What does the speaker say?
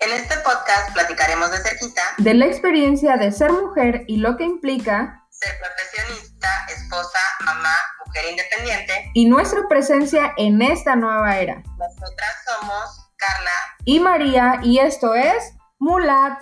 En este podcast platicaremos de cerquita de la experiencia de ser mujer y lo que implica ser profesionista, esposa, mamá, mujer independiente. y nuestra presencia en esta nueva era. Nosotras somos Carla Y María, y esto es Mulat.